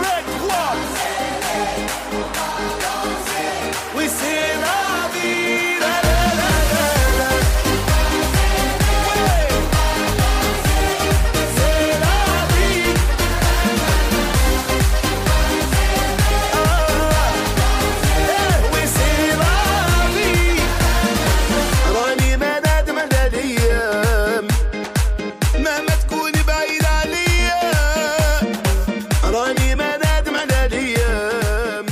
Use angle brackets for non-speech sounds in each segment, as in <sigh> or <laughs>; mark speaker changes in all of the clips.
Speaker 1: Red Claws. We say la vida. la, la, la, la. Wey. Say la vida. Ah. Eh, we say la vida. راني ما نادم على الايام مهما تكون بعيد عليا راني ما نادم على الايام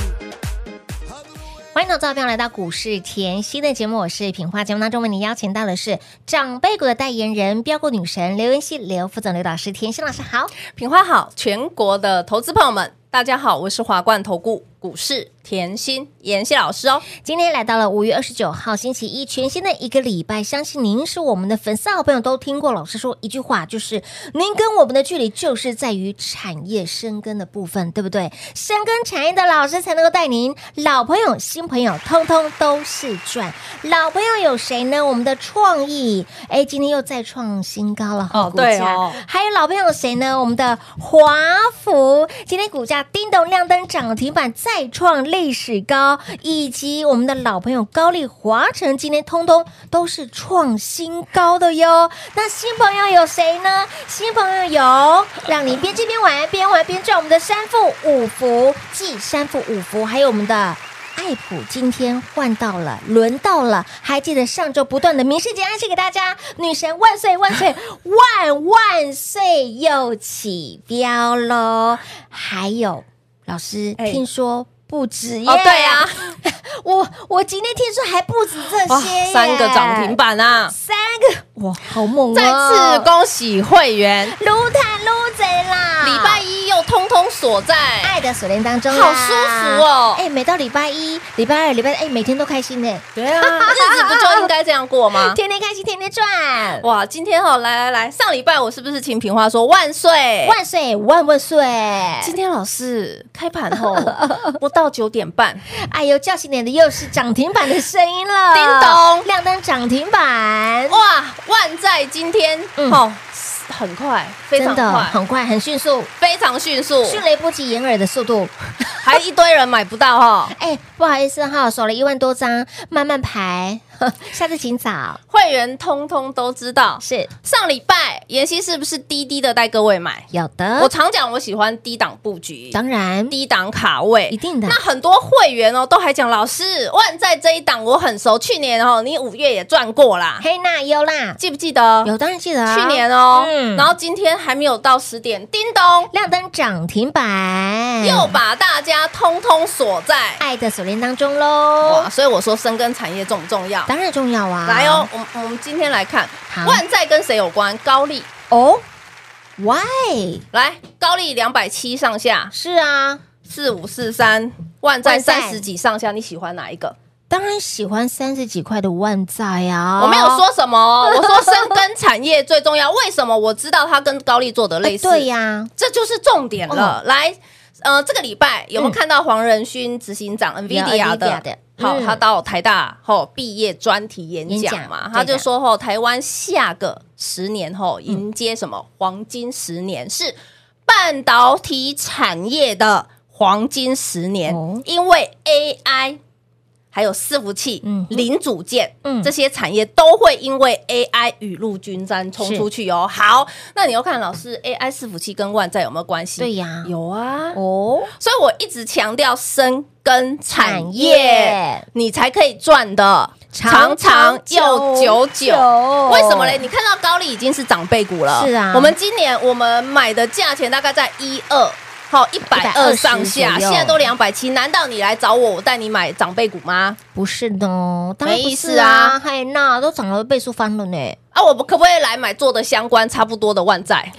Speaker 2: 欢迎投资者朋友来到股市甜心的节目，我是品花。节目当中为您邀请到的是长辈股的代言人标股女神刘元熙刘副总刘老师，甜心老师好。
Speaker 3: 品花好，全国的投资朋友们，大家好，我是华冠投顾股市甜心妍希老师哦。
Speaker 2: 今天来到了五月二十九号星期一，全新的一个礼拜，相信您是我们的粉丝啊好朋友都听过老师说一句话，就是您跟我们的距离就是在于产业深耕的部分，对不对？深耕产业的老师才能够带您老朋友、新朋友，通通都是赚。老朋友有谁呢？我们的创意，哎，今天又再创新高了
Speaker 3: 哦
Speaker 2: 股价
Speaker 3: 对哦
Speaker 2: 还有老朋友谁呢？我们的华孚，今天股价叮咚亮灯涨停板，再创历史高，以及我们的老朋友高丽华晨，今天通通都是创新高的哟。那新朋友有谁呢？新朋友有让你边吃边玩，边玩边赚我们的三富五福，继三富五福，还有我们的。爱普今天换到了，轮到了。还记得上周不断的明示节暗示给大家，女神万岁万
Speaker 3: <laughs>
Speaker 2: 岁万万岁又起标喽！还有老师，
Speaker 3: 哎
Speaker 2: 听说不止耶？
Speaker 3: 哦，对啊，，
Speaker 2: 我我今天听说还不止这
Speaker 3: 哇
Speaker 2: 些耶，
Speaker 3: 三个涨停，板啊！
Speaker 2: 三个哇，好猛、哦！
Speaker 3: 再次恭喜会员，
Speaker 2: 撸碳撸贼啦！
Speaker 3: 礼拜一又通通锁在。
Speaker 2: 爱的锁链当中啦，
Speaker 3: 好舒服哦
Speaker 2: 哎、每到礼拜一、礼拜二、礼拜哎、每天都开心呢、
Speaker 3: 对啊，日子不就应该这样过 <laughs> 吗？
Speaker 2: 天天开心，天天赚。
Speaker 3: 哇，今天哦，来来来，上礼拜我是不是请平花说万岁？
Speaker 2: 万岁万万岁！
Speaker 3: 今天老师开盘 <laughs> 后不到九点半，
Speaker 2: 哎呦，叫醒你的又是涨停板的声音了，
Speaker 3: 叮咚哦
Speaker 2: 亮灯涨停板，
Speaker 3: 哇，万在今天
Speaker 2: 嗯
Speaker 3: 哦，很快，非常
Speaker 2: 真的
Speaker 3: 快，
Speaker 2: 很快，很迅速，
Speaker 3: 非常迅速，
Speaker 2: 迅雷不及掩耳的速度。
Speaker 3: 还一堆人买不到哈、哦。
Speaker 2: 哎、不好意思哈，手了一万多张，慢慢排， <laughs> 呵下次请早。
Speaker 3: <laughs> 会员通通都知道，
Speaker 2: 是
Speaker 3: 上礼拜妍希是不是低低的带各位买？
Speaker 2: 有的，
Speaker 3: 我常讲我喜欢低啊档布局，
Speaker 2: 当然
Speaker 3: 低档卡位，
Speaker 2: 一定的
Speaker 3: 那很多会员哦都还讲老师万在这一档我很熟，去年哦你五月也赚过啦，
Speaker 2: 黑娜有啦，
Speaker 3: 记不记得？
Speaker 2: 有当然记得啊、
Speaker 3: 哦去年哦，
Speaker 2: 嗯
Speaker 3: 然后今天还没有到十点，叮咚，
Speaker 2: 亮灯涨停板，
Speaker 3: 又把大家通通锁在。
Speaker 2: 爱的锁链当中喽
Speaker 3: 哇，，所以我说深耕产业重不重要？
Speaker 2: 当然重要啊。
Speaker 3: 来哦，我们我们今天来看
Speaker 2: 好
Speaker 3: 万载跟谁有关？高丽，
Speaker 2: 哦，Why？
Speaker 3: 来，高丽两百七上下，
Speaker 2: 是啊，
Speaker 3: 四五四三，万载
Speaker 2: 万载
Speaker 3: 三十几上下，你喜欢哪一个？
Speaker 2: 当然喜欢三十几块的万载啊。
Speaker 3: 我没有说什么哦，我说深耕产业最重要。为什么？我知道它跟高丽做的类
Speaker 2: 哎，
Speaker 3: 似，
Speaker 2: 对呀，哦
Speaker 3: 这就是重点了。来，呃，这个礼拜有没有
Speaker 2: 嗯
Speaker 3: 看到黄仁勋执行长 NVIDIA 的
Speaker 2: NVIDIA？的
Speaker 3: 好，
Speaker 2: 嗯
Speaker 3: 他到台大后毕业专题演讲
Speaker 2: 演
Speaker 3: 嘛
Speaker 2: 讲，
Speaker 3: 他
Speaker 2: 对
Speaker 3: 就
Speaker 2: 的
Speaker 3: 说后台湾下个十年后迎接什么黄金十年，是半导体产业的黄金十年
Speaker 2: 哦，
Speaker 3: 因为 AI。还有伺服器、
Speaker 2: 嗯
Speaker 3: 零组件，
Speaker 2: 嗯
Speaker 3: 这些产业都会因为 AI 雨露均沾冲
Speaker 2: 是
Speaker 3: 出去哦。好，那你要看老师 AI 伺服器跟万载有没有关系？
Speaker 2: 对呀
Speaker 3: 有啊。
Speaker 2: 哦，
Speaker 3: 所以我一直强调深耕产业，
Speaker 2: 产业
Speaker 3: 你才可以赚的
Speaker 2: 长
Speaker 3: 长长又久久。为什么嘞？你看到高丽已经是长辈股了，
Speaker 2: 是啊
Speaker 3: 我们今年我们买的价钱大概在一二。好一百二上下，
Speaker 2: 左右
Speaker 3: 现在都两百七，难道你来找我，我带你买长辈股吗？
Speaker 2: 不是的哦，当然
Speaker 3: 没
Speaker 2: 不
Speaker 3: 意
Speaker 2: 是
Speaker 3: 思
Speaker 2: 啊，
Speaker 3: 啊
Speaker 2: 嗨，那都涨了倍数翻了呢，
Speaker 3: 啊，我可不可以来买做的相关差不多的万债？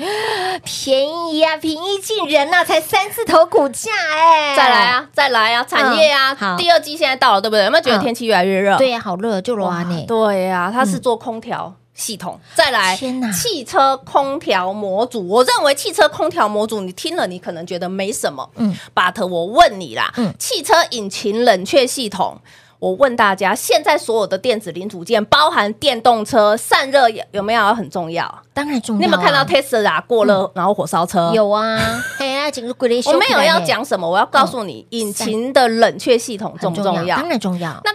Speaker 2: 便宜啊，平易近人呐、才三字头股价哎、
Speaker 3: 再来，啊，再来啊，产业啊，
Speaker 2: 好
Speaker 3: 第二季现在到了，对不对？有没有觉得
Speaker 2: 嗯
Speaker 3: 天气越来越热？
Speaker 2: 对呀、好热就
Speaker 3: 哇
Speaker 2: 热呢，嗯
Speaker 3: 对呀、它是做空调系统。再来，
Speaker 2: 天哪
Speaker 3: 汽车空调模组，我认为汽车空调模组，你听了你可能觉得没什么，
Speaker 2: 嗯
Speaker 3: 嗯，but 我问你啦，
Speaker 2: 嗯
Speaker 3: 汽车引擎冷却系统。我问大家，现在所有的电子零组件，包含电动车散热有有没有很重要？
Speaker 2: 当然重要、啊。嗯
Speaker 3: 你有没有看到 Tesla 过热、然后火烧车？
Speaker 2: 有
Speaker 3: <laughs>
Speaker 2: 啊，嘿，那整个鬼雷
Speaker 3: 我没有要讲什么，我要告诉你，引擎的冷却系统重
Speaker 2: 嗯很
Speaker 3: 不
Speaker 2: 重
Speaker 3: 重
Speaker 2: 要，
Speaker 3: 要
Speaker 2: 当？然重要。
Speaker 3: 那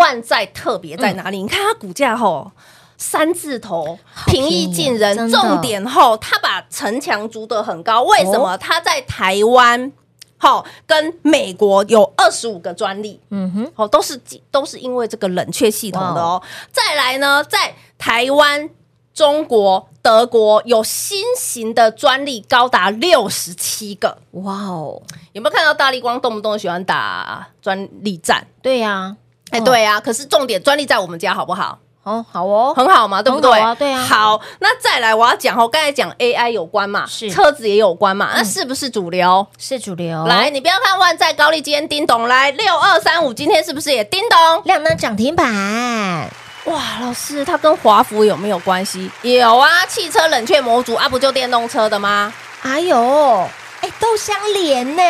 Speaker 3: 万载特别在
Speaker 2: 嗯
Speaker 3: 哪里？你看它股价吼。三字头，
Speaker 2: 便宜
Speaker 3: 平易近人。
Speaker 2: 真的哦
Speaker 3: 重点后，它把城墙筑得很高。为什么？它在台湾，好跟美国有二十五个专利，
Speaker 2: 嗯哼，
Speaker 3: 哦，都是几都是因为这个冷却系统的哦。再来呢，在台湾、中国、德国有新型的专利高达六十七个。
Speaker 2: 哇哦，
Speaker 3: 有没有看到大力光动不动喜欢打专利战？
Speaker 2: 对呀、
Speaker 3: 哎，
Speaker 2: 嗯
Speaker 3: 对啊，可是重点专利在我们家好不好？
Speaker 2: 哦，好哦，
Speaker 3: 很好嘛，对不对？
Speaker 2: 很好啊对啊
Speaker 3: 好，那再来我要讲哦，我刚才讲 AI 有关嘛，
Speaker 2: 是
Speaker 3: 车子也有关嘛，那是不是主流？
Speaker 2: 是主流。
Speaker 3: 来，，你不要看万载高丽今天叮咚来六二三五，今天是不是也叮咚？
Speaker 2: 亮灯涨停板，
Speaker 3: 哇，老师，它跟华孚有没有关系？有啊，汽车冷却模组啊，不就电动车的吗？
Speaker 2: 哎呦，哎，都相连呢，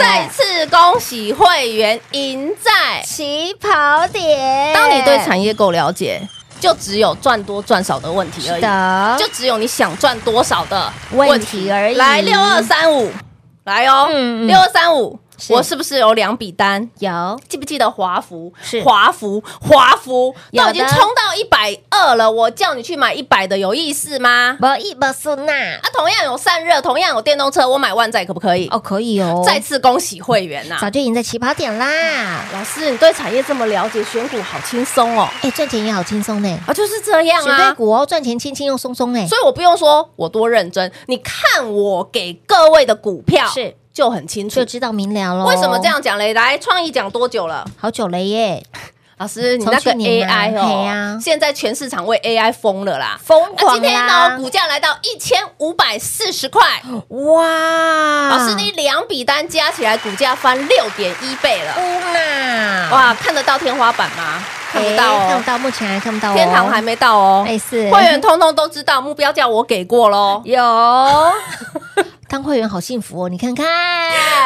Speaker 3: 再次恭喜会员赢在，
Speaker 2: 起跑点。
Speaker 3: 当你对产业够了解，就只有赚多赚少的问题而
Speaker 2: 是
Speaker 3: 已。
Speaker 2: 的，
Speaker 3: 就只有你想赚多少的
Speaker 2: 问题而已
Speaker 3: 来六二三五，来哦，
Speaker 2: 嗯嗯
Speaker 3: 六二三五，
Speaker 2: 是
Speaker 3: 我是不是有两笔单？
Speaker 2: 有
Speaker 3: 记不记得华孚？
Speaker 2: 是
Speaker 3: 华孚，华孚
Speaker 2: 有
Speaker 3: 都
Speaker 2: 的
Speaker 3: 已经冲到一百二了，我叫你去买一百的，有意思吗？
Speaker 2: 不一不素那
Speaker 3: 啊，同样有散热，同样有电动车，我买万载可不可以？
Speaker 2: 哦，可以哦，
Speaker 3: 再次恭喜会员啊呐、
Speaker 2: 早就赢在起跑点啦。
Speaker 3: 老师，你对产业这么了解，选股好轻松哦。
Speaker 2: 哎，赚钱也好轻松呢，
Speaker 3: 啊，就是这样
Speaker 2: 选对
Speaker 3: 啊。
Speaker 2: 股哦，赚钱轻轻又松松哎，
Speaker 3: 所以我不用说我多认真，你看我给各位的股票
Speaker 2: 是
Speaker 3: 就很清楚
Speaker 2: 就。知道明了喽。
Speaker 3: 为什么这？样讲嘞？来，创意讲多久了？
Speaker 2: 好久了耶，
Speaker 3: 老师，你
Speaker 2: 从
Speaker 3: 那个
Speaker 2: 去年啊
Speaker 3: AI
Speaker 2: 嘿啊
Speaker 3: 哦，现在全市场为 AI 疯了啦。
Speaker 2: 疯
Speaker 3: 那
Speaker 2: 狂
Speaker 3: 今天
Speaker 2: 啦
Speaker 3: 呢，股价来到一千五百四十块，
Speaker 2: 哇，
Speaker 3: 老师，你两笔单加起来，股价翻六点一倍了。
Speaker 2: 乌啦，
Speaker 3: 哇，看得到天花板吗？看不到
Speaker 2: 哎看不
Speaker 3: 哦，
Speaker 2: 到，目前还看不到哦，
Speaker 3: 天堂还没到哦。
Speaker 2: 哎是
Speaker 3: 会员通通都知道，目标价我给过喽。
Speaker 2: 有，当会员好幸福哦！你看看，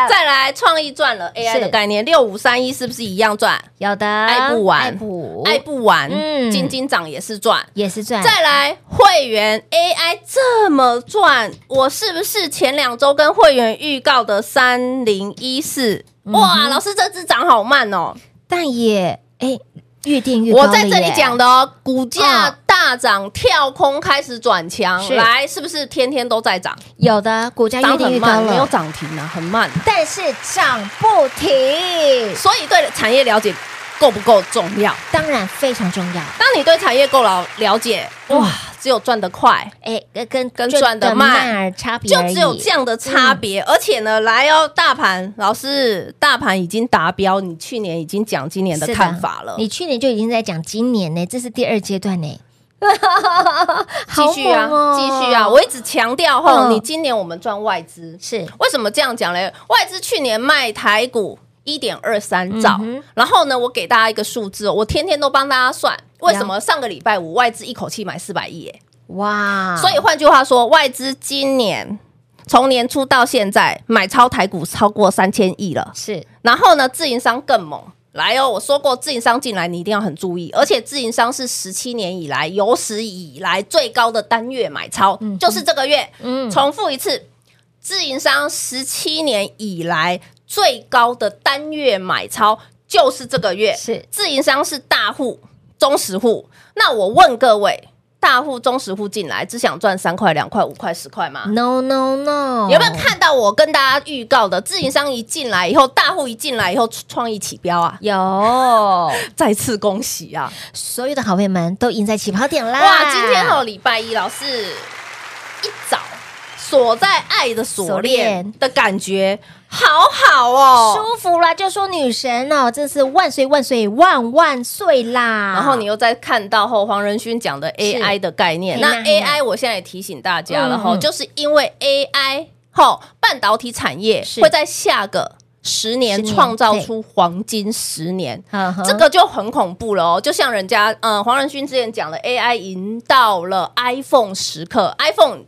Speaker 3: 再来，创意赚了 AI 的概念，六五三一是不是一样赚？
Speaker 2: 有的
Speaker 3: 爱不完
Speaker 2: 爱不
Speaker 3: 爱不完，
Speaker 2: 哦嗯哎
Speaker 3: 金金涨也是赚。
Speaker 2: 也是赚，
Speaker 3: 再来，会员 AI 这么赚，我是不是前两周跟会员预告的三零一四？
Speaker 2: 嗯
Speaker 3: 哇，老师这只涨好慢哦！
Speaker 2: 但也哎越垫越高
Speaker 3: 我
Speaker 2: 了
Speaker 3: 在这里
Speaker 2: 耶
Speaker 3: 讲的哦，股价
Speaker 2: 嗯
Speaker 3: 大涨，跳空开始转强，
Speaker 2: 是
Speaker 3: 来是不是天天都在涨？
Speaker 2: 有的股价越
Speaker 3: 涨
Speaker 2: 垫
Speaker 3: 很
Speaker 2: 越高
Speaker 3: 慢，没有
Speaker 2: 了，
Speaker 3: 涨停啊，很慢啊。
Speaker 2: 但是涨不停，
Speaker 3: 所以对产业了解够不够重要？
Speaker 2: 当然非常重要。
Speaker 3: 当你对产业够了了解，哇，只有赚得快，
Speaker 2: 哎，跟跟
Speaker 3: 跟赚得慢
Speaker 2: 而差别
Speaker 3: 就
Speaker 2: 而已，
Speaker 3: 只有这样的差别。
Speaker 2: 嗯
Speaker 3: 而且呢，来哦，大盘老师，大盘已经达标，你去年已经讲今年的
Speaker 2: 是
Speaker 3: 看法了，
Speaker 2: 你去年就已经在讲今年呢，这是第二阶段
Speaker 3: <laughs>
Speaker 2: 呢。
Speaker 3: 继续啊
Speaker 2: 好猛哦，
Speaker 3: 继续啊！我一直强调吼，
Speaker 2: 嗯
Speaker 3: 你今年我们赚外资，
Speaker 2: 是
Speaker 3: 为什么这样讲嘞？外资去年卖台股。一点二三兆，
Speaker 2: 嗯哼
Speaker 3: 然后呢，我给大家一个数字、哦，我天天都帮大家算，为什么上个礼拜五外资一口气买四百亿耶、
Speaker 2: 哇，
Speaker 3: 所以换句话说，外资今年从年初到现在买超台股超过三千亿了。
Speaker 2: 是
Speaker 3: 然后呢，自营商更猛。来哦，我说过，自营商进来你一定要很注意，而且自营商是十七年以来有史以来最高的单月买超，
Speaker 2: 嗯
Speaker 3: 就是这个月。
Speaker 2: 嗯
Speaker 3: 重复一次，自营商十七年以来最高的单月买超就是这个月。
Speaker 2: 是
Speaker 3: 自营商是大户、中实户。那我问各位，大户、中实户进来只想赚三块、两块、五块、十块吗？
Speaker 2: no no no，
Speaker 3: 有没有？看到我跟大家预告的，自营商一进来以后，大户一进来以后，创意起标啊，
Speaker 2: 有，
Speaker 3: 再次恭喜啊！
Speaker 2: <laughs> 所有的好朋友们都赢在起跑点啦！
Speaker 3: 哇，今天哦，礼拜一，老师一早锁在爱的锁
Speaker 2: 锁链
Speaker 3: 链的感觉，好好哦。
Speaker 2: 舒服啦，就说女神哦，真是万岁万岁万万岁啦！
Speaker 3: 然后你又再看到后黄仁勋讲的 AI 的概念，
Speaker 2: 嘿
Speaker 3: 那
Speaker 2: 呐嘿呐
Speaker 3: AI 我现在也提醒大家了哈，
Speaker 2: 嗯嗯
Speaker 3: 就是因为 AI 哈半导体产业
Speaker 2: 是
Speaker 3: 会在下个十
Speaker 2: 十
Speaker 3: 年
Speaker 2: 年
Speaker 3: 创造
Speaker 2: 对
Speaker 3: 出黄金十年，
Speaker 2: 呵呵
Speaker 3: 这个就很恐怖了哦。就像人家嗯、呃黄仁勋之前讲的，AI 赢到了 iPhone 时刻，iPhone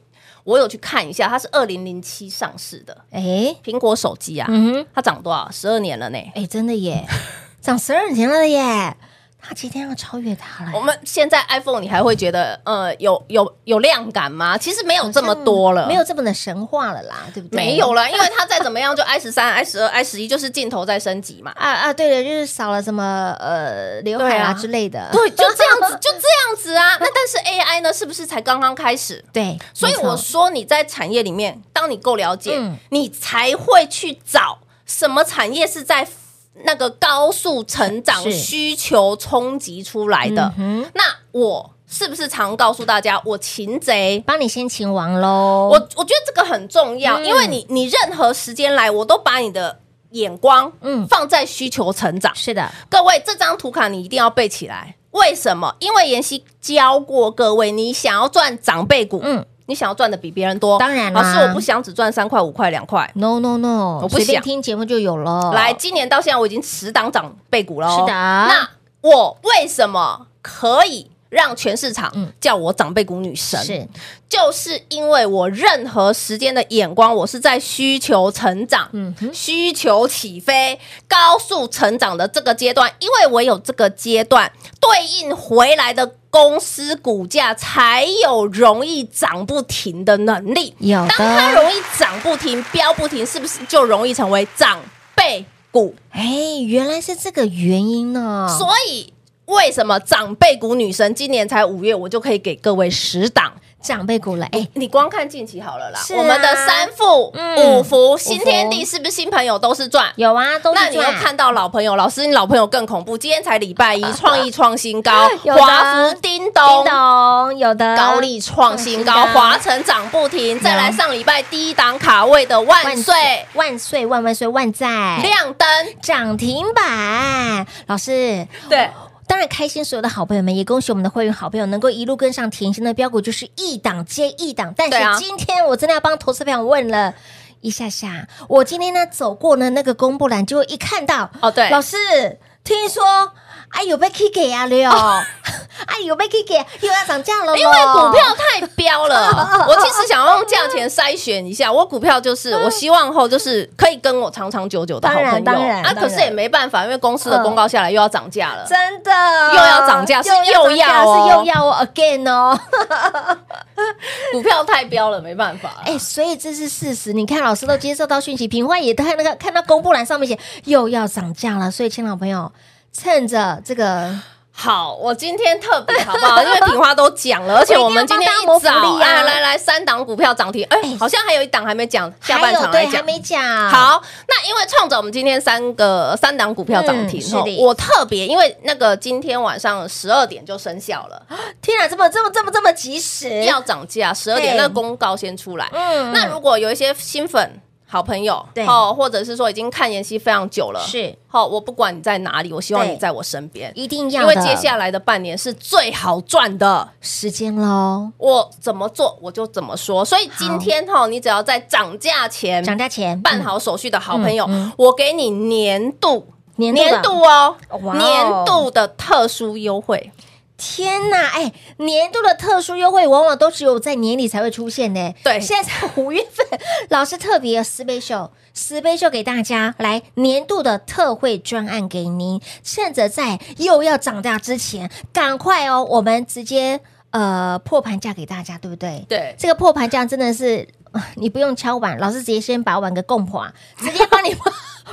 Speaker 3: 我有去看一下，它是二零零七上市的
Speaker 2: 哎
Speaker 3: 苹果手机啊，
Speaker 2: 嗯哼
Speaker 3: 它涨多少？十二年了呢。
Speaker 2: 哎，真的 <laughs> 耶，长十二年了耶，他今天要超越他了
Speaker 3: 我。们现在 iPhone 你还会觉得呃有有有量感吗？其实没有这么
Speaker 2: 好像
Speaker 3: 多了，
Speaker 2: 没有这么的神话了啦，对不对？
Speaker 3: 没有了，因为它再怎么样就 i 十三、i 十二、i 十一就是镜头在升
Speaker 2: <laughs>
Speaker 3: 级嘛。
Speaker 2: 啊啊，对了，就是少了什么呃刘海啊
Speaker 3: 对啊
Speaker 2: 之类的，
Speaker 3: 对，就这样子，就这样子啊。那但是 AI 呢，是不是才刚刚开始？
Speaker 2: <laughs> 对，
Speaker 3: 所以
Speaker 2: 没错
Speaker 3: 我说你在产业里面，当你够了解，
Speaker 2: 嗯
Speaker 3: 你才会去找什么产业是在那个高速成长
Speaker 2: 是
Speaker 3: 需求冲击出来的。
Speaker 2: 嗯哼
Speaker 3: 那我是不是常告诉大家，我擒贼？
Speaker 2: 帮你先擒王喽。
Speaker 3: 我我觉得这个很重要，
Speaker 2: 哦嗯
Speaker 3: 因为你你任何时间来，我都把你的眼光
Speaker 2: 嗯
Speaker 3: 放在需求成长。
Speaker 2: 是的，
Speaker 3: 各位，这张图卡你一定要背起来。为什么？因为妍希教过各位，你想要赚长辈股，
Speaker 2: 嗯
Speaker 3: 你想要赚的比别人多，
Speaker 2: 当然啦
Speaker 3: 老师，我不想只赚三块、五块、两块。
Speaker 2: ，no no no，
Speaker 3: 我不
Speaker 2: 随便
Speaker 3: 想
Speaker 2: 听节目就有了。
Speaker 3: 来，今年到现在我已经十档长辈股了哦。
Speaker 2: 哦是的
Speaker 3: 那我为什么可以让全市场叫我长辈股女神？
Speaker 2: 嗯是
Speaker 3: 就是因为我任何时间的眼光，我是在需求成长、
Speaker 2: 嗯哼
Speaker 3: 需求起飞、高速成长的这个阶段，因为我有这个阶段对应回来的公司股价，才有容易涨不停的能力。
Speaker 2: 有
Speaker 3: 当它
Speaker 2: 的，
Speaker 3: 容易涨不停、飙不停，是不是就容易成为长辈股？
Speaker 2: 哎，原来是这个原因呢。
Speaker 3: 所以。为什么长辈股女神今年才五月，我就可以给各位十档
Speaker 2: 长辈股了，哎，
Speaker 3: 哦你光看近期好了啦，
Speaker 2: 是啊
Speaker 3: 我们的三副、
Speaker 2: 嗯
Speaker 3: 五福、新天地是不是新朋友都是赚？
Speaker 2: 有啊，都是
Speaker 3: 那你又
Speaker 2: 赚
Speaker 3: 看到老朋友，老师，你老朋友更恐怖。今天才礼拜一，创意创新高，
Speaker 2: 啊有的
Speaker 3: 华福叮
Speaker 2: 叮。
Speaker 3: 咚
Speaker 2: 咚，嗯有的
Speaker 3: 高丽创新高，
Speaker 2: 创新高
Speaker 3: 华晨涨不停，再来上礼拜第一档卡位的万岁
Speaker 2: 嗯万岁万万岁万载
Speaker 3: 亮灯，
Speaker 2: 涨停板，老师
Speaker 3: 对，
Speaker 2: 当然开心，所有的好朋友们也恭喜我们的会员好朋友能够一路跟上甜心的标股，就是一档接一档。但
Speaker 3: 对啊
Speaker 2: 是今天我真的要帮投资朋友问了一下下，我今天呢走过呢那个公布栏，结果一看到，
Speaker 3: 哦对
Speaker 2: 老师听说。哎，有被 K 给啊
Speaker 3: <laughs>
Speaker 2: 了，哎，有被 K 给，又要涨价了咯。
Speaker 3: 哎因为股票太飙
Speaker 2: <laughs>
Speaker 3: 了，我其实想要用价钱筛选一下。我股票就是，我希望后就是可以跟我长长久久的好朋友
Speaker 2: 嗯当然当然
Speaker 3: 啊，
Speaker 2: 当然嗯
Speaker 3: 可是也没办法，因为公司的公告下来又要涨价
Speaker 2: <laughs>
Speaker 3: 了。
Speaker 2: 真的
Speaker 3: 又要涨价是又要哦
Speaker 2: 是又要哦，again 哦。
Speaker 3: 股票太飙了，没办法。
Speaker 2: 哎、所以这是事实。你看，老师都接受到讯息，平花也看那个看到公布栏上面写又要涨价了，所以，亲老朋友，趁着这个
Speaker 3: 好，我今天特别好不好？因为平花都讲了，而且我们今天
Speaker 2: 我
Speaker 3: 一
Speaker 2: 一定要帮大家
Speaker 3: 早
Speaker 2: 谋福利啊
Speaker 3: 哎来来三档股票涨停，哎，好像还有一档还没讲，下半场
Speaker 2: 还
Speaker 3: 来
Speaker 2: 有对还
Speaker 3: 讲。
Speaker 2: 没讲，，
Speaker 3: 好，那因为冲着我们今天三个三档股票涨
Speaker 2: 嗯
Speaker 3: 停哦
Speaker 2: 是的
Speaker 3: 我特别因为那个今天晚上十二点就生效了，
Speaker 2: 天啊，这么这么这么这么及时，
Speaker 3: 要涨价，十二点
Speaker 2: 对
Speaker 3: 那公告先出来。
Speaker 2: 嗯
Speaker 3: 那如果有一些新粉、好朋友，
Speaker 2: 对
Speaker 3: 哦，或者是说已经看妍希非常久了，
Speaker 2: 是，
Speaker 3: 好，我不管你在哪里，我希望
Speaker 2: 对
Speaker 3: 你在我身边，
Speaker 2: 一定要
Speaker 3: 因
Speaker 2: 的，
Speaker 3: 为接下来的半年是最好赚的。
Speaker 2: 时间喽，
Speaker 3: 我怎么做我就怎么说，所以今天哈，你只要在涨价前
Speaker 2: 涨价前
Speaker 3: 办
Speaker 2: 嗯
Speaker 3: 好手续的好朋友
Speaker 2: 嗯嗯，
Speaker 3: 我给你年度。
Speaker 2: 年度的
Speaker 3: 年度哦
Speaker 2: 哇哦，
Speaker 3: 年度的特殊优惠，
Speaker 2: 天呐，哎，年度的特殊优惠往往都只有在年底才会出现呢。
Speaker 3: 对
Speaker 2: 现在才五月份，老师特别 special special 给大家来年度的特惠专案给您，趁着在又要涨价之前，赶快哦，我们直接呃破盘价给大家，对不对？
Speaker 3: 对，
Speaker 2: 这个破盘价真的是，呃你啊 <laughs> 不用敲碗，老师直接先把碗给供垮，直接帮你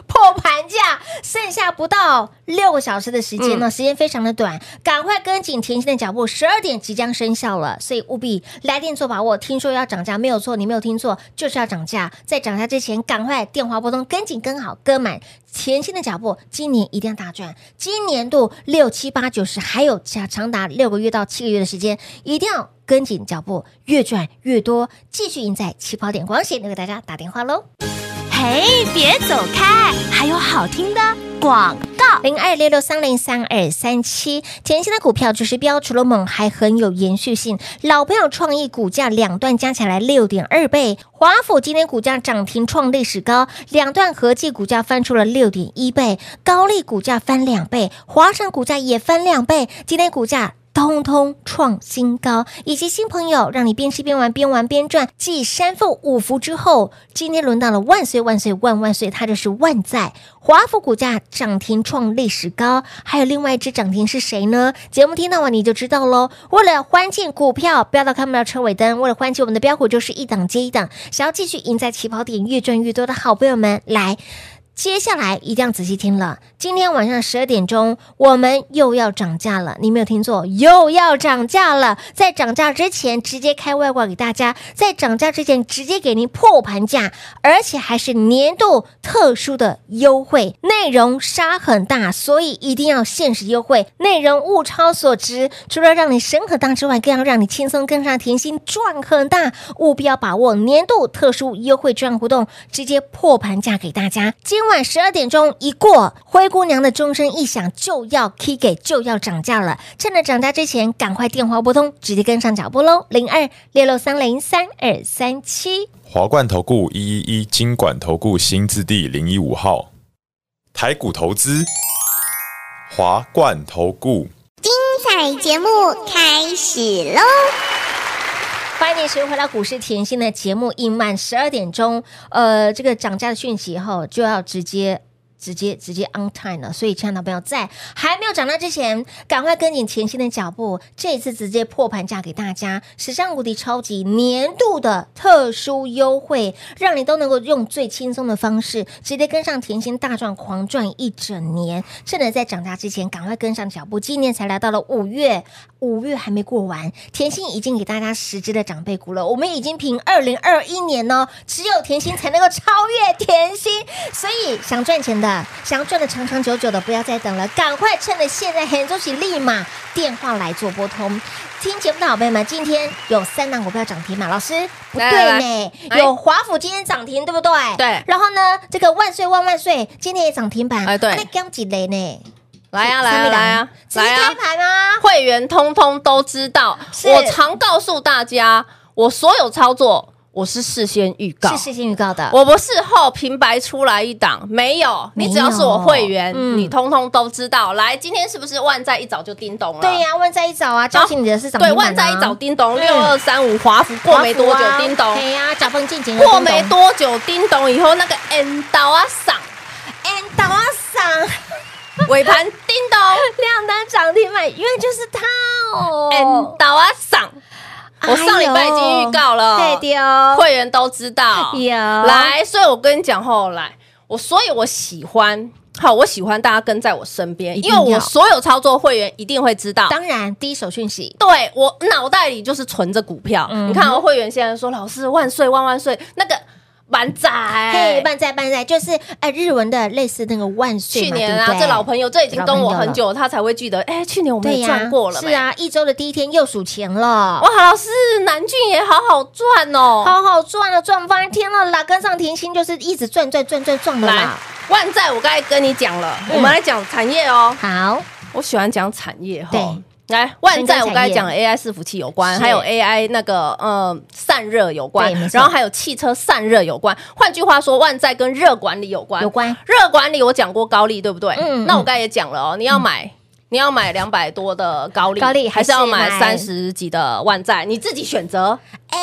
Speaker 2: 破盘价，剩下下不到六个小时的时间呢，时间非常的短，赶快跟紧甜心的脚步，十二点即将生效了，所以务必来电做把握。听说要涨价，没有错，你没有听错，就是要涨价。在涨价之前，赶快电话拨通，跟紧跟好跟满甜心的脚步，今年一定要大赚。今年度六七八九十，还有长长达六个月到七个月的时间，一定要。跟紧脚步，越赚越多，继续赢在起跑点光险。留给大家打电话喽。
Speaker 4: 嘿，别走开，还有好听的广告。
Speaker 2: 零二六六三零三二三七，甜心的股票就是标，除了猛，还很有延续性。老朋友创意股价两段加起来六点二倍，华府今天股价涨停创历史高，两段合计股价翻出了六点一倍，高丽股价翻两倍，华晨股价也翻两倍，今天股价。通通创新高，以及新朋友，让你边吃边玩，边玩边赚。继山凤五福之后，今天轮到了万岁万岁万万岁，它就是万载。华府股价涨停创历史高，还有另外一只涨停是谁呢？节目听到完你就知道喽。为了欢庆股票飙到看不到车尾灯，为了欢庆我们的标股就是一档接一档，想要继续赢在起跑点，越赚越多的好朋友们，来接下来一定要仔细听了。今天晚上十二点钟，我们又要涨价了。你没有听错，又要涨价了。在涨价之前，直接开外挂给大家；在涨价之前，直接给您破盘价，而且还是年度特殊的优惠，内容杀很大，所以一定要限时优惠，内容物超所值。除了让你神很大之外，更要让你轻松跟上甜心赚很大。务必要把握年度特殊优惠券活动，直接破盘价给大家。今晚十二点钟一过，灰姑娘的钟声一响，就要 K 给就要涨价了。趁着涨价之前，赶快电话拨通，直接跟上脚步喽！零二六六三零三二三七。
Speaker 5: 华冠投顾一一一金管投顾新字第零一五号，台股投资，华冠投顾。
Speaker 6: 彩节目开始喽！
Speaker 2: 欢迎你使用回到股市甜心的节目，应曼十二点钟，呃，这个涨价的讯息后就要直接。直接直接 on time 了，所以亲爱的朋友，在还没有涨价之前，赶快跟紧甜心的脚步，这一次直接破盘价给大家，史上无敌超级年度的特殊优惠，让你都能够用最轻松的方式，直接跟上甜心大赚狂赚一整年。趁着在涨价之前，赶快跟上脚步，今年才来到了五月，五月还没过完，甜心已经给大家十只的长辈股了。我们已经凭二零二一年呢、只有甜心才能够超越甜心，所以想赚钱的，想要赚的长长久久的，不要再等了，赶快趁着现在很周期，立马电话来做拨通。听节目的好朋友们，今天有三档股票涨停嘛？老师不
Speaker 3: 来
Speaker 2: 对
Speaker 3: 来
Speaker 2: 呢，
Speaker 3: 来
Speaker 2: 有华府今天涨停，对不对？
Speaker 3: 对
Speaker 2: 然后呢，这个万岁万万岁，今天也涨停板。
Speaker 3: 哎对
Speaker 2: 啊那刚几雷呢？
Speaker 3: 来呀、
Speaker 2: 三
Speaker 3: 来呀、啊
Speaker 2: 三档
Speaker 3: 来呀、
Speaker 2: 直接
Speaker 3: 来啊呀、
Speaker 2: 开盘啊吗？
Speaker 3: 会员通通都知道。
Speaker 2: 是
Speaker 3: 我常告诉大家，我所有操作我是事先预告
Speaker 2: 是。事先预告的。
Speaker 3: 我不是后平白出来一档，没有，
Speaker 2: 没有
Speaker 3: 你只要是我会员，
Speaker 2: 嗯
Speaker 3: 你通通都知道。来，今天是不是万载一早就叮咚了？
Speaker 2: 对、呀、万载一早啊，叫醒你的是涨停
Speaker 3: 对，
Speaker 2: 板啊
Speaker 3: 万载一早叮咚，
Speaker 2: 嗯啊
Speaker 3: 六二三五华府过没多久叮咚，
Speaker 2: 对呀、脚碰进前
Speaker 3: 过没多久叮咚以后，那个 N 刀啊赏，
Speaker 2: ，N 倒啊上
Speaker 3: 尾盘叮
Speaker 2: <laughs>
Speaker 3: 咚
Speaker 2: 亮灯涨停板，因为就是它哦哎
Speaker 3: ，N 刀啊赏。我上礼拜已经预告了，
Speaker 2: 太丢、哦，
Speaker 3: 会员都知道。
Speaker 2: 有
Speaker 3: 来，所以我跟你讲，后来我，所以我喜欢，好，我喜欢大家跟在我身边，
Speaker 2: 一定
Speaker 3: 因
Speaker 2: 要
Speaker 3: 为我所有操作会员一定会知道。
Speaker 2: 当然第一手讯息，
Speaker 3: 对我脑袋里就是存着股票，
Speaker 2: 嗯哼
Speaker 3: 你看我会员现在说老师万岁万万岁，那个满载，
Speaker 2: 嘿，万载万载就是哎日文的类似那个万岁
Speaker 3: 去
Speaker 2: 嘛，
Speaker 3: 年
Speaker 2: 对不
Speaker 3: 啊，
Speaker 2: 对
Speaker 3: 这老朋友这已经跟我
Speaker 2: 老朋友
Speaker 3: 很
Speaker 2: 了
Speaker 3: 久，他才会记得，哎，去年我们
Speaker 2: 对呀、
Speaker 3: 也赚过了，
Speaker 2: 是，啊，一周的第一天又数钱了。
Speaker 3: 哇，老师南俊也好好赚哦，
Speaker 2: 好好赚了，赚翻天了啦！跟上甜心就是一直赚赚赚赚赚的
Speaker 3: 来
Speaker 2: 啦。
Speaker 3: 万载，我刚才跟你讲了，
Speaker 2: 嗯
Speaker 3: 我们来讲产业哦，
Speaker 2: 好，
Speaker 3: 我喜欢讲产业哈
Speaker 2: 对。
Speaker 3: 来，万载我刚才讲
Speaker 2: 产
Speaker 3: AI 伺服器有关，
Speaker 2: 是
Speaker 3: 还有 AI 那个呃散热有关
Speaker 2: 对没，错
Speaker 3: 然后还有汽车散热有关。换句话说，万载跟热管理有关。
Speaker 2: 有关
Speaker 3: 热管理我讲过高利，对不对？
Speaker 2: 嗯
Speaker 3: 那我刚才也讲了哦，你要买。你要买两百多的高利，
Speaker 2: 高利
Speaker 3: 还是要买
Speaker 2: 还
Speaker 3: 三
Speaker 2: 是
Speaker 3: 十几的万载，你自己选择。
Speaker 2: 哎，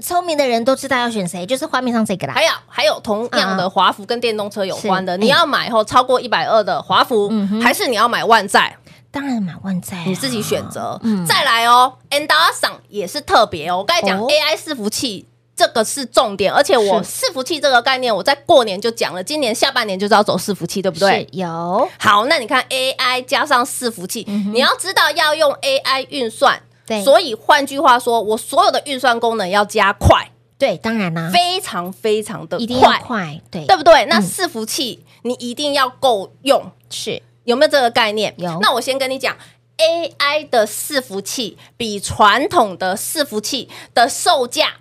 Speaker 2: 聪明的人都知道要选谁，就是画面上这个啦
Speaker 3: 还。有还有同样的华孚跟电动车有关的，
Speaker 2: 嗯是
Speaker 3: 你要买后超过一百二的华
Speaker 2: 嗯
Speaker 3: 孚，
Speaker 2: 哼
Speaker 3: 还是你要买万载？
Speaker 2: 当然嘛，万载啊、
Speaker 3: 你自己选择
Speaker 2: 嗯。
Speaker 3: 再来哦 a n d a s a n 也是特别哦。我刚才讲
Speaker 2: 哦
Speaker 3: AI 伺服器。这个是重点。而且我伺服器这个概念，我在过年就讲了，今年下半年就是要走伺服器，对不对？
Speaker 2: 是有
Speaker 3: 好，那你看 AI 加上伺服器，你要知道要用 AI 运算，
Speaker 2: 嗯对
Speaker 3: 所以换句话说，我所有的运算功能要加快，
Speaker 2: 对，当然啦、
Speaker 3: 非常非常的
Speaker 2: 啊一定要
Speaker 3: 啊快，
Speaker 2: 快，对，
Speaker 3: 对不对？那
Speaker 2: 嗯
Speaker 3: 伺服器你一定要够用，
Speaker 2: 是
Speaker 3: 有没有这个概念？
Speaker 2: 有
Speaker 3: 那我先跟你讲。AI 的伺服器比传统的伺服器的售价，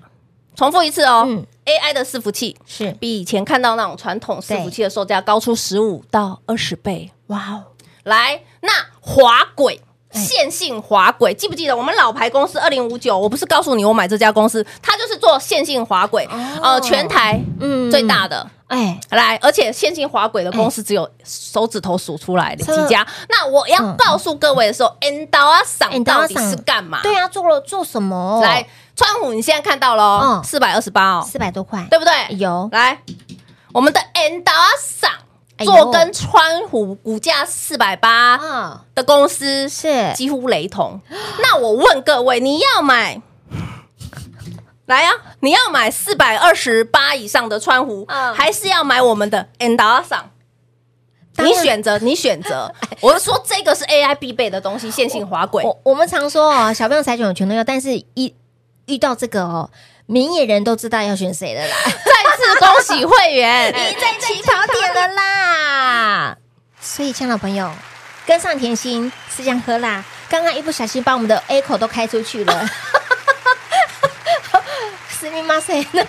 Speaker 3: 重复一次哦。
Speaker 2: 嗯
Speaker 3: AI 的伺服器
Speaker 2: 是，
Speaker 3: 比以前看到那种传统伺服器的售价高出十五到二十倍。
Speaker 2: 哇哦，
Speaker 3: 来，那滑轨。
Speaker 2: 哎
Speaker 3: 线性滑轨，记不记得我们老牌公司二零五九？我不是告诉你我买这家公司，它就是做线性滑轨，呃，全台
Speaker 2: 哦嗯
Speaker 3: 最大的。
Speaker 2: 哎，
Speaker 3: 来，而且线性滑
Speaker 2: 嗯
Speaker 3: 轨的公司只有手指头数出来的
Speaker 2: 这
Speaker 3: 几家。那我要
Speaker 2: 嗯
Speaker 3: 告诉各位的时候，N 刀啊赏
Speaker 2: N
Speaker 3: 到
Speaker 2: 刀
Speaker 3: 底
Speaker 2: 赏
Speaker 3: 是干嘛？哦
Speaker 2: 对啊，做了做什么？
Speaker 3: 来，川虎你现在看到了哦，
Speaker 2: 嗯哎
Speaker 3: 四百二十八哦，
Speaker 2: 四百多块，
Speaker 3: 对不对？
Speaker 2: 有
Speaker 3: 来，我们的 N 刀啊赏
Speaker 2: 哎呦
Speaker 3: 做跟川虎股价四百八
Speaker 2: 啊，
Speaker 3: 的公司
Speaker 2: 是
Speaker 3: 几乎雷同。 <gasps> 那我问各位，你要买？ <laughs> 来呀、你要买四百二十八以上的川湖，
Speaker 2: 嗯
Speaker 3: 还是要买我们的 Endasa？n
Speaker 2: 当
Speaker 3: 你
Speaker 2: 然 <laughs>
Speaker 3: 选择，你选择。我是说，这个是 AI 必备的东
Speaker 2: 哦
Speaker 3: 西，线性滑轨。
Speaker 2: 我我们常说
Speaker 3: <laughs>
Speaker 2: 哦，小朋友才选全都要，但是一遇到这个哦，明眼人都知道要选谁的啦，
Speaker 3: 再次恭喜会
Speaker 2: <laughs>
Speaker 3: 员，
Speaker 2: 赢在起跑点了啦。所以，亲爱的朋友，跟上甜心，吃香喝辣。刚刚一不小心把我们的 A 口都开出去了。死命骂谁 <laughs> 呢？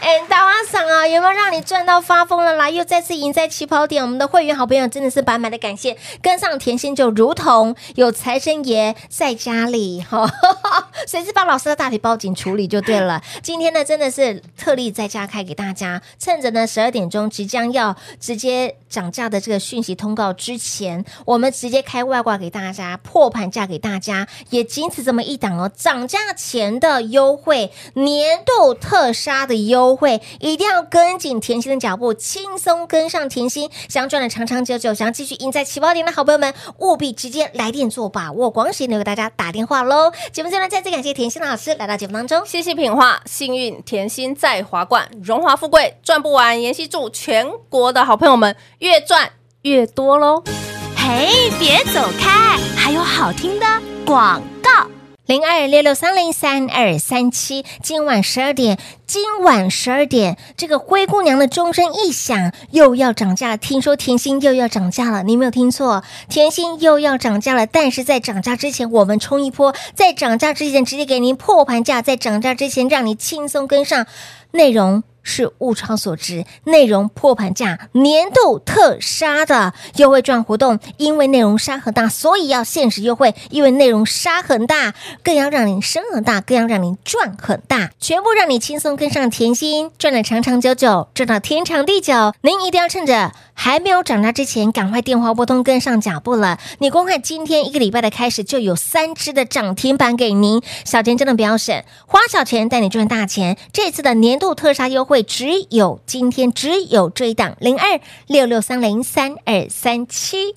Speaker 2: 哎，大花赏啊，有没有让你赚到发疯了啦？又再次赢在起跑点，我们的会员好朋友真的是满满的感谢，跟上甜心就如同有财神爷在家里 <laughs> 哈，随时把老师的大体包紧处理就对了。今天呢，真的是特例在家开给大家，趁着呢十二点钟即将要直接涨价的这个讯息通告之前，我们直接开外挂给大家，破盘价给大家，也仅此这么一档哦，涨价前的优惠，年度特杀的优惠，一定要跟紧甜心的脚步，轻松跟上甜心，想赚的长长久久，想继续赢在起跑点的好朋友们，务必直接来电做把握，广喜留给大家打电话喽。节目最后呢，再次感谢甜心老师来到节目当中。
Speaker 3: 谢谢品画，幸运甜心在华冠，荣华富贵赚不完。妍希祝全国的好朋友们越赚越多喽！
Speaker 4: 嘿，别走开，还有好听的广告。
Speaker 2: 零二六六三零三二三七，今晚十二点，今晚十二点，这个灰姑娘的钟声一响，又要涨价了。听说甜心又要涨价了，你没有听错，甜心又要涨价了。但是在涨价之前，我们冲一波；在涨价之前，直接给您破盘价；在涨价之前，让你轻松跟上。内容是物超所值，内容破盘价年度特杀的优惠券活动，因为内容杀很大，所以要限时优惠，因为内容杀很大，更要让你升很大，更要让你赚很大，全部让你轻松跟上甜心，赚的长长久久，赚到天长地久。您一定要趁着还没有涨价之前，赶快电话拨通，跟上脚步了。你光看今天一个礼拜的开始，就有三只的涨停板给您，小钱真的不要省，花小钱带你赚大钱。这次的年度特杀优惠只有今天，只有这一档零二六六三零三二三七。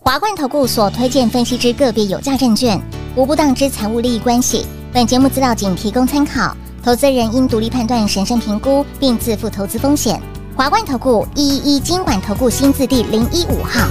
Speaker 6: 华冠投顾所推荐分析之个别有价证券，无不当之财务利益关系。本节目资料仅提供参考，投资人应独立判断、审慎评估，并自负投资风险。华冠投顾一一一金管投顾新字第零一五号。